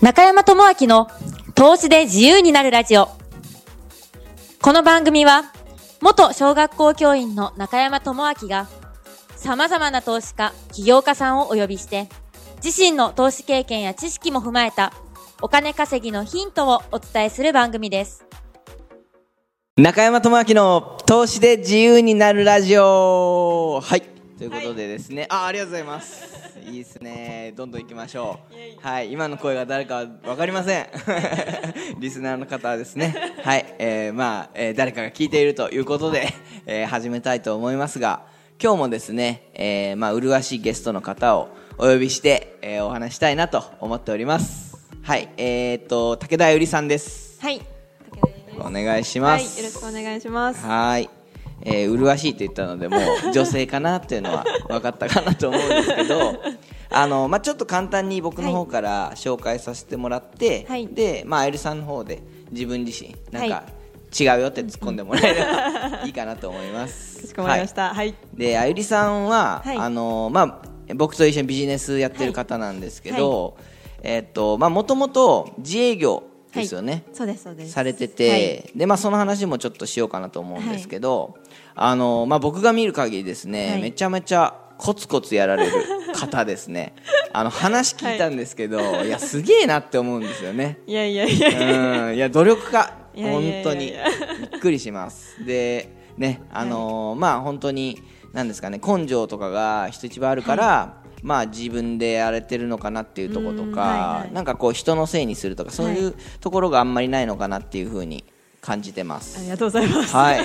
中山智明の投資で自由になるラジオ。この番組は、元小学校教員の中山智明が、様々な投資家、起業家さんをお呼びして、自身の投資経験や知識も踏まえた、お金稼ぎのヒントをお伝えする番組です。中山智明の投資で自由になるラジオはいということでですね、あありがとうございますいいですねどんどん行きましょうはい今の声が誰かわかりませ んリスナーの方はですねはい、えー、まあ、えー誰かが聞いているということで、えー始めたいと思いますが今日もですね、えー、まあ麗しいゲストの方をお呼びして、えーお話したいなと思っておりますはいえー、っと武田由里さんですはい。お願いしはまい、よす、ろしくお願いします。はーい。えー、麗しいと言ったのでも う女性かなっていうのは分かったかなと思うんですけ どあの、まあ、ちょっと簡単に僕の方から紹介させてもらって、はいで、まあ、あゆりさんの方で自分自身なんか、は違うよって突っ込んでもらえればいいかなと思います。 かしこまりました。はい、であゆりさんは、はいあのまあ、僕と一緒にビジネスやってる方なんですけど、えーっとまあもともと自営業ですよね、そうですそうです。されてて、でまあ、その話もちょっとしようかなと思うんですけど、あのまあ、僕が見る限りですね、はいめちゃめちゃコツコツやられる方です ねあの話聞いたんですけど、い、やすげえなって思うんですよね。い、いやいやいや、うんいや努力家いやいやいやいや本当にびっくりしますでねあのーまあ本当に何ですかね根性とかが人一倍あるから、まあ自分でやれてるのかなっていうところとうんか、はいはいなんかこう人のせいにするとかそういうところがあんまりないのかなっていうふうに感じてまありすがとうございます。はい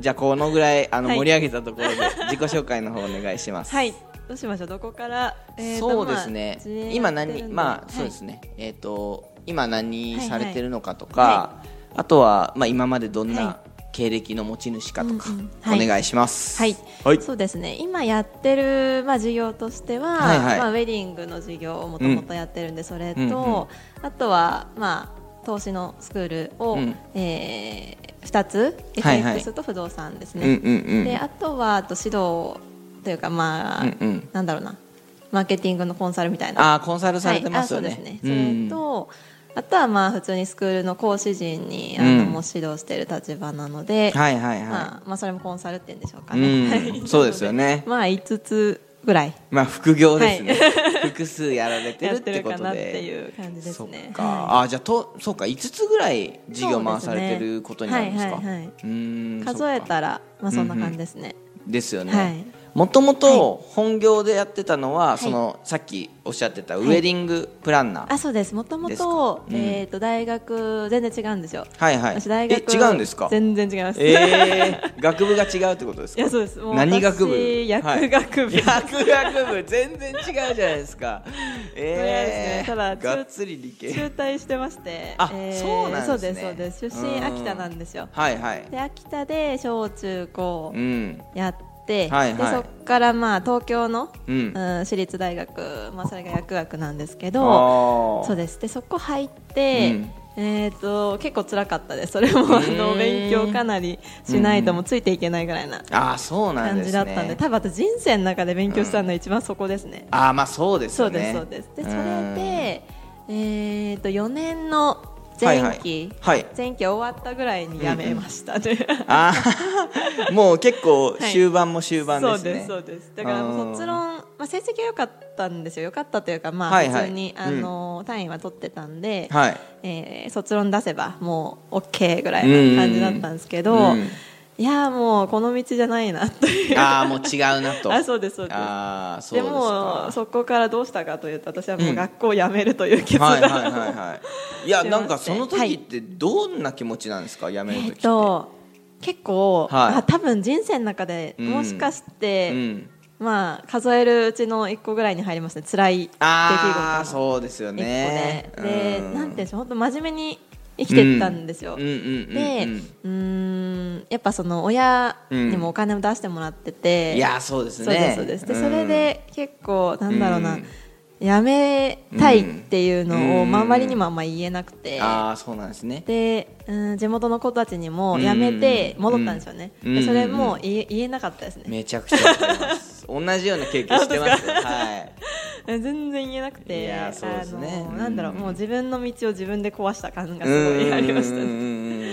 じゃあこのぐらいあのはい盛り上げたところで自己紹介の方お願いします、はい、どうしましょう。どこから、ーとそうですね、まあ自営今やって何るんまあそうですね。ね、えっ、と今何されてるのかとか、はいはあとはまあ今までどんはいな経歴の持ち主かとか、うんうんはいお願いしますはい、はいそうですね。今やってるまあ事業としては、はいはいまあウェディングの事業をもともとやってるんで、それと、うんうんあとはまあ。投資のスクールを、うんえー、2つ、はいはい FX と不動産ですうんね、うんうんであとはあと指導というかまあ、うんうんなんだろうなマーケティングのコンサルみたいなあーコンサルされてますよね、はい、あそうですうね、んそれとあとはまあ普通にスクールの講師陣にあの、うんもう指導している立場なので、はいはいはい、まあ、まあそれもコンサルって言うんでしょうかね、うん はいそうですよねまあ5つぐらいまあ副業ですね、複数やられてやるっっててるこかとなっでていう感じですそねっか、はあーじゃあとそうか五つぐらい事業回されてることになるんですかそうですねはいはいはいうーいん数えそっかたらまあそんな感じですね、ですよはねいもともと本業でやってたのは、いそのさっきおっしゃってたウいェディングプランナー、あそうですもともですかと,、うんえー、と大学全然違うんですよはいはい私大学え違うんですか全然違います、えー、学部が違うってことですいかやそうですもう何私学部薬学部、はい薬学部全然違うじゃないですかええー、そうですねただがっつり理 中系退してましてあえーそうなんですねそうですそうです出身うん秋田なんですよはいはいで秋田で小中高うんやって、はいではいそっからまあ東京の、うんうん私立大学、まあ、それが薬学なんですけあどーそうですでそこ入って、うんえー、と結構辛かったですそれもあのうん勉強かなりしないともうついていけないぐらいなあーそうなん感ですじねだったんで多分私人生の中で勉強したのは一番そこですね、あーまあそうですそようでねすそうですでそれうんでえっと4年の前期、はいはいはい前期終わったぐらいに辞めましたね、あー もう結構はい終盤も終盤そでうすね、ですそうですだからうん卒論、まあ、成績は良かったんですよ良かったというかまあはいはい普通に、あのー単位は取ってたんで、 はいえー卒論出せばもう OK ぐらいな感じだったんですけど、うんいやーもうこの道じゃないなというああもう違うなとあそうですそうですああそうでですもかそこからどうしたかというと私はもうんう学校を辞めるという決はいはいはい断をはいいやしてなましてんかその時ってどんな気持ちなんですか辞める時 えっ、ってと結構、はいあ多分人生の中でうんもしかしうて、ん、まあ数えるうちの一個ぐらいに入りますね辛い出来ああ事のそうですよ一個で、ねで、うなんていうんでしょう本当真面目に生きてったんですよ、うんうんうんうんでうんうーんやっぱその親にもお金を出してもらってて、いやーそうですそうでねすそうですうでんそれで結構なんだろうな、うんやめたいっていうのを、うんまあ、周りにもあんま言えなくて、ああそうなんですねで、うん、地元の子たちにもうん辞めて戻ったんですよね、うんでそれも言え言えなかったですね めちゃくちゃわかります同じような経験してますよはい全然言えなくていやそうですねうあのんなんだろうもう自分の道を自分で壊した感がすごいありましたうんうんねうん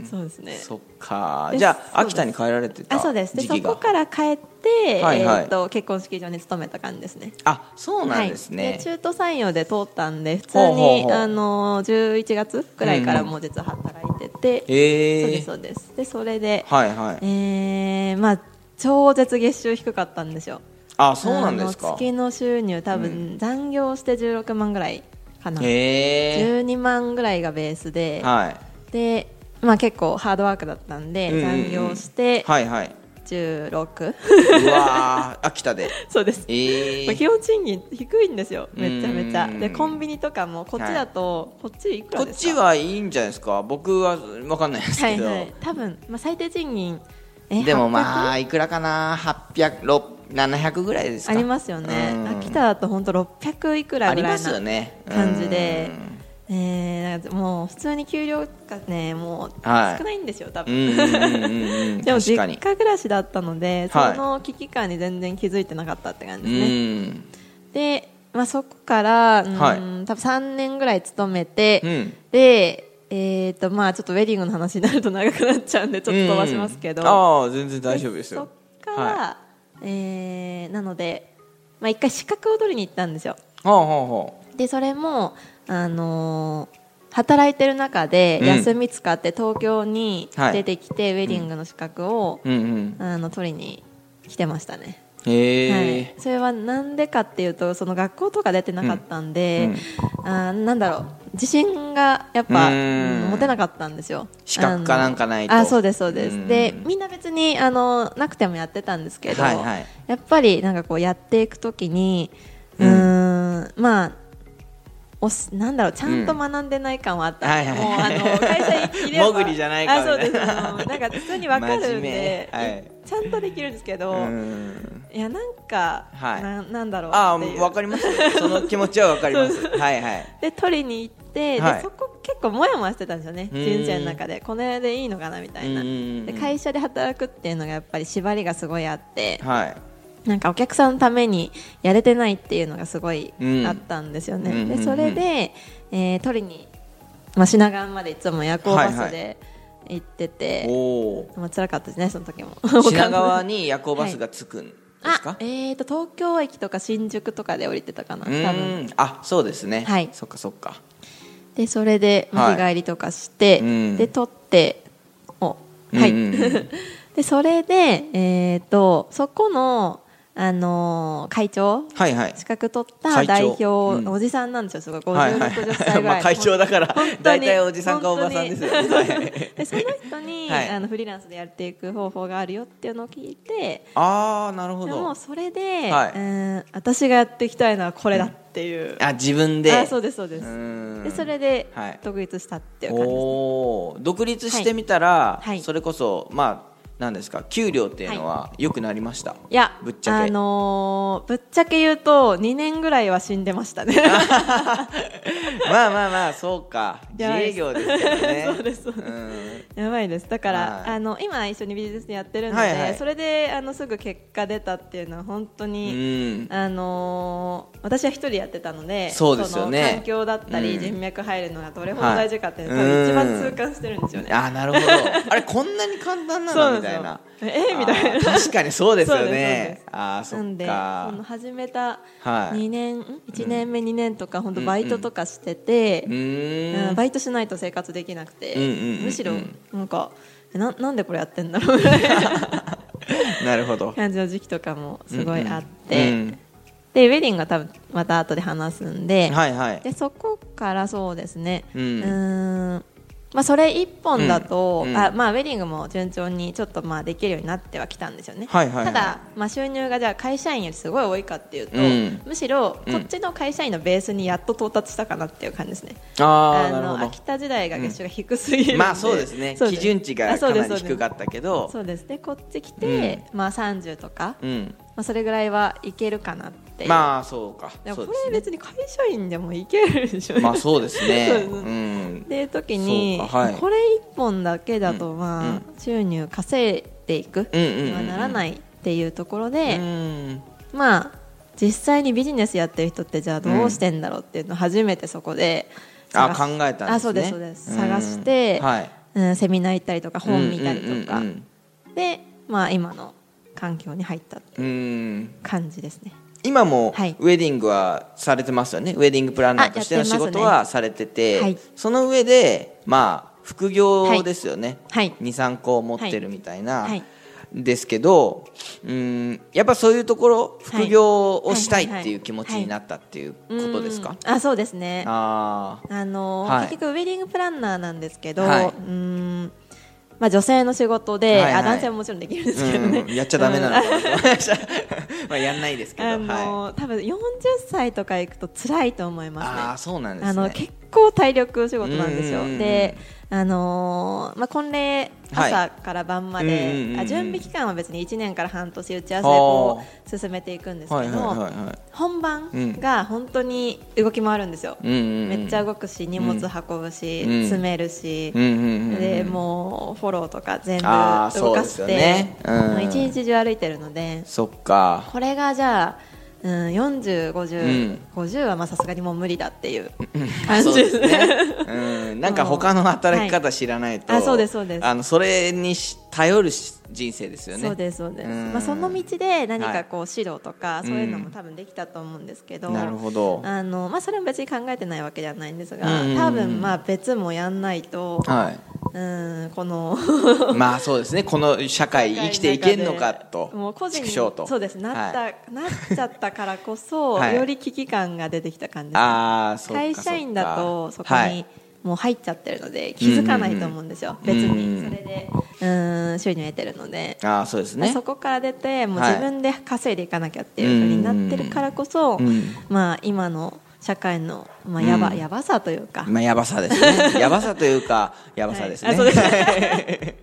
うんそうですねそっかでじゃあそうです秋田に帰られてたあそうですで時そ期がこから帰って、はいはいえー、と結婚式場に勤めた感じですねあそうなんですはい、ねで中途採用で通ったんで普通ほうにほうほうあの11月くらいからもう実は働いてて、そへうでえすそうですでそれで、はいはいえーまあ超絶月収低かったんですよあそうなんですあのか月の収入多分、う残業して16万ぐらいかなへえ12万ぐらいがベースで、はでまあ結構ハードワークだったんで、うんうんうん残業しいてはいはい 16うわー秋田で そうですえまあえ基本賃金低いんですよめちゃめちゃうんでコンビニとかもこっちだと、こっちいくこらっですちかはいいんじゃないですか僕は分かんないですはけいど、はい多分、まあ、最低賃金えでも800まあいくらかな800700ぐらいですかありますよねうん秋田だと本当600いくらあぐりらまいすよなね感じでうんえーなんかもう普通に給料がねもう少はいないんですよ多う分、んうんうんうん でも確実か家に暮らしだったので、はいその危機感に全然気づいてなかったって感うじですね、んで、まあ、そこから、うんはい多分3年ぐらい勤めて、うんで、えーとまあ、ちょっとウェディングの話になると長くなっちゃうんでちょっと飛ばしますけど、うんああ全然大丈夫ですそっよから、はえーなので、まあ、一回資格を取りに行ったんですよほうほうほでそれも、あのー働いてる中でうん休み使って東京にはい出てきて、ウェディングの資格を、ううんうんあの取りに来てましたねへはいえ、それはなんでかっていうとその学校とか出てなかったんで、あーなんだろう自信がやっぱうーうんん持てなかったんですよ資格かなんかないとあのあそうですそううでんすでみんな別にあのなくてもやってたんですけど、はいはいやっぱりなんかこうやっていくときにううんーんまあおすなんだろうちゃんと学んでない感はあったんで、うんもうはいはいあの会社 行ればもぐりじゃないかあそみうたいですなあのなんか普通にわかるん真面目で、はいちゃんとできるんですけど、うんいやなんか、はいななんだろうああっていう分かりますよその気持ちは分かります はいはいで取りに行って、はいでそこ結構モヤモヤしてたんですよねうん人生の中でこの世でいいのかなみたいなうんで会社で働くっていうのがやっぱり縛りがすごいあってはいなんかお客さんのためにやれてないっていうのがすごいうんあったんですようんね、うんうんでそれで、えー取りに、まあ、品川までいつも夜行バスで行ってて、おおまあ辛かったですねその時も品川に夜行バスがつくんですかあ、えー、と東京駅とか新宿とかで降りてたかなう多分んあそうですねはいそっかそっかでそれで、まあはい日帰りとかして、うんで撮っておはい、う んうんうんでそれでえっ、とそこのあのー会長はいはい資格取っ会た長代表、うんおじさんなんですよすごいはい5060はい歳ぐらい、 まあ会長だから本当に大体おじさんかおばさんですよね本当はにいでその人に、はいあのフリーランスでやっていく方法があるよっていうのを聞いてああなるほでどもそれで、はいうん私がやっていきたいのはこれだっていう、あ自分であそうですそうですうんでそれではい独立したっていう感じですねおー独立してみたら、はいそれこそまあ何ですか給料っていうのは良くなりました、いやぶっちゃけあのーぶっちゃけ言うと2年ぐらいは死んでましたねまあまあまあそうか自やばい営です業ですからね そうですそうですん やばいですだから、はいあの今一緒にビジネスでやってるので、はいはいそれであのすぐ結果出たっていうのは本当に、うんあのー私は一人やってたのでそうですよねその環境だったうり、ん人脈入るのがどれほど大事かっていうのはがい多分一番痛感してるんですよね、あなるほどあれこんなに簡単なそうのみなんでたすいよなえみたいなあー確かにそうですよそうですそうねですああそなっんでかその始めたはい2年、1年目2年とか本当バイトとかしてて、うーうんんバイトしないと生活できなくて、うんうんうんうんむしろなんかえななんでこれやってんだろうみ たいななるほど感じの時期とかもすごいあっうて、んうんでウェディングは多分また後で話すんで,、はいはいでそこからそうですね、ううんんまあ、それ1本だと、うんうんあまあ、ウェディングも順調にちょっとまあできるようになってはきたんですよね、はいはいはいただ、まあ、収入がじゃあ会社員よりすごい多いかっていうと、うんむしろうんこっちの会社員のベースにやっと到達したかなっていう感じですね。あああなるのほ秋田時代が月収が低すぎるんで、どまあそうですねそう基準値があそかうでなすり低かったけどそうですそうですでこっち来て、まあ30とか、うまんあ、それぐらいはいけるかなっていうまあそうかでもそうこですれね別に会社員でもいけるでしょ、まあそうですね そううそうんっていう時に、そうかはいこれ1本だけだと、うまんあ、収入稼いでいくうんうんうんうんにはならないっていうところで、うんまあ実際にビジネスやってる人ってじゃあどうしてんだろうっていうのを初めてそこで探しあ考えたんですねあそうですそうです、うん探して、はいうん、セミナー行ったりとか本見たりとか、うんうんで、まあ、今の環境に入ったうんうんうん感じですね今もはいウェディングはされてますよね、ウェディングプランナーとしてのあやっ仕てますね事はされてて、はいその上でまあ副業ですよね、はいはい23個持ってるみたいな、はいですけどうんやっぱそういうところ副業をしたいっていう気持ちになったっていうことですか、うんあそうですねあーあのはい結局ウェディングプランナーなんですけど、はいうーんまあ、女性の仕事はで、いはいあ男性ももちろんできるんですけどね、うんやっちゃダメなのかなと思いました まあやんないですけど、あ の、はい、多分40歳とか行くと辛いと思いますね。ああそうなんですねあの結構体力仕事なんですうよんうんうん。で、あのーまあ、婚礼はい朝から晩まで、うんうんうんうんあ準備期間は別に1年から半年打ち合わせでこう進めていくんですけど、はいはいはいはい本番が本当に動き回るんですよ。うんうんうんめっちゃ動くし荷物運ぶし、うん詰めるし、うんうんうんうんでもうフォローとか全部あー動かしそうて、ですよねうんもう一日中歩いてるので。そっかこれがじゃあ、うん、40、50、うん50はまあさすがにもう無理だっていうあ感そうじですね。うん、なんか他の働き方知らないと、はいあそうですそうですあのそれにし頼るし人生ですよね。そうですそうです、うんまあ、その道で何かこう指導とかそういうのも多分できたと思うんですけど,、なるほど。あのまあ、それも別に考えてないわけじゃないんですうが、んうんうん多分まあ別もやんないと、はい。うん、このまあそうですね。この社会生きていけんのかと、もう個人に縮小と。そうですなった、はいなっちゃったからこそ、 はいより危機感が出てきた感じですねああ、そうか会社員だとそっこかはいにもう入っちゃってるので気づかないと思うんですよ、別うんにそれでうん収入得てるので、ああそうですねそ。こから出てもうはい自分で稼いでいかなきゃっていうふうになってるからこそ、うんまあ、今の社会の、まあ、やばうんやばさというか、まあやばさです ね。やばさというかやばさですね。はいあそうです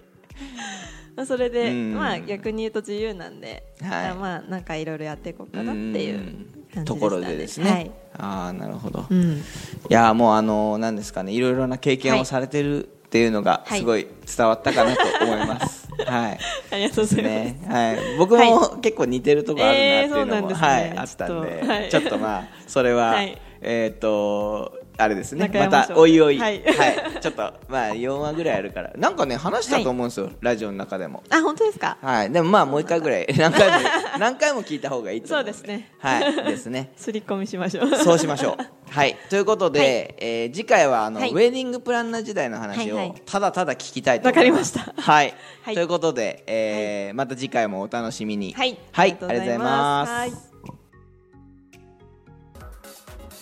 まあそれで、うんまあ、逆に言うと自由なんで、はいまあなんかいろいろやっていこうかなっていうう感じでした、んね、ところでですね。はいああなるほど。 うんいやーもうあのーなんですかねいろいろな経験はをいされてるっていうのがはいすごい伝わったかなと思います。はい。ありがとうございます、ね、はい。僕も結構似てるとこあるなっていうのも、えーそうなんですねはいあったんで、ちょっとはいちょっとまあそれは、はいえっ、とあれですね。中ま山た賞おいおい、は、はいいちょっとまあ4話ぐらいあるから、なんかね話したと思うんですよ、ラジオの中でも。あ本当ですかはい。でもまあもう一回ぐらい何回 も何回も聞いた方がいいと思んそうですねはい。ですね。すり込みしましょう そうしましょう。はい、ということで、えー次回はあの、はいウェディングプランナー時代の話はいはをいただただ聞きたいと思います。わかりましたはい、はいということで、えーまた次回もお楽しみに。はいはあい、りありがとうごがとうござざいいま。ますす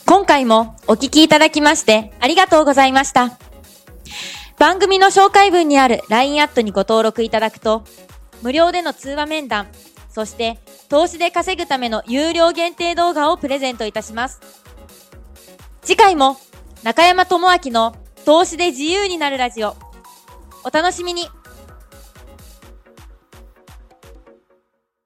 今回もお聞きいただきましてありがとうございました。番組の紹介文にある LINE アットにご登録いただくと、無料での通話面談、そして投資で稼ぐための有料限定動画をプレゼントいたします。次回も中山智明の投資で自由になるラジオ、お楽しみに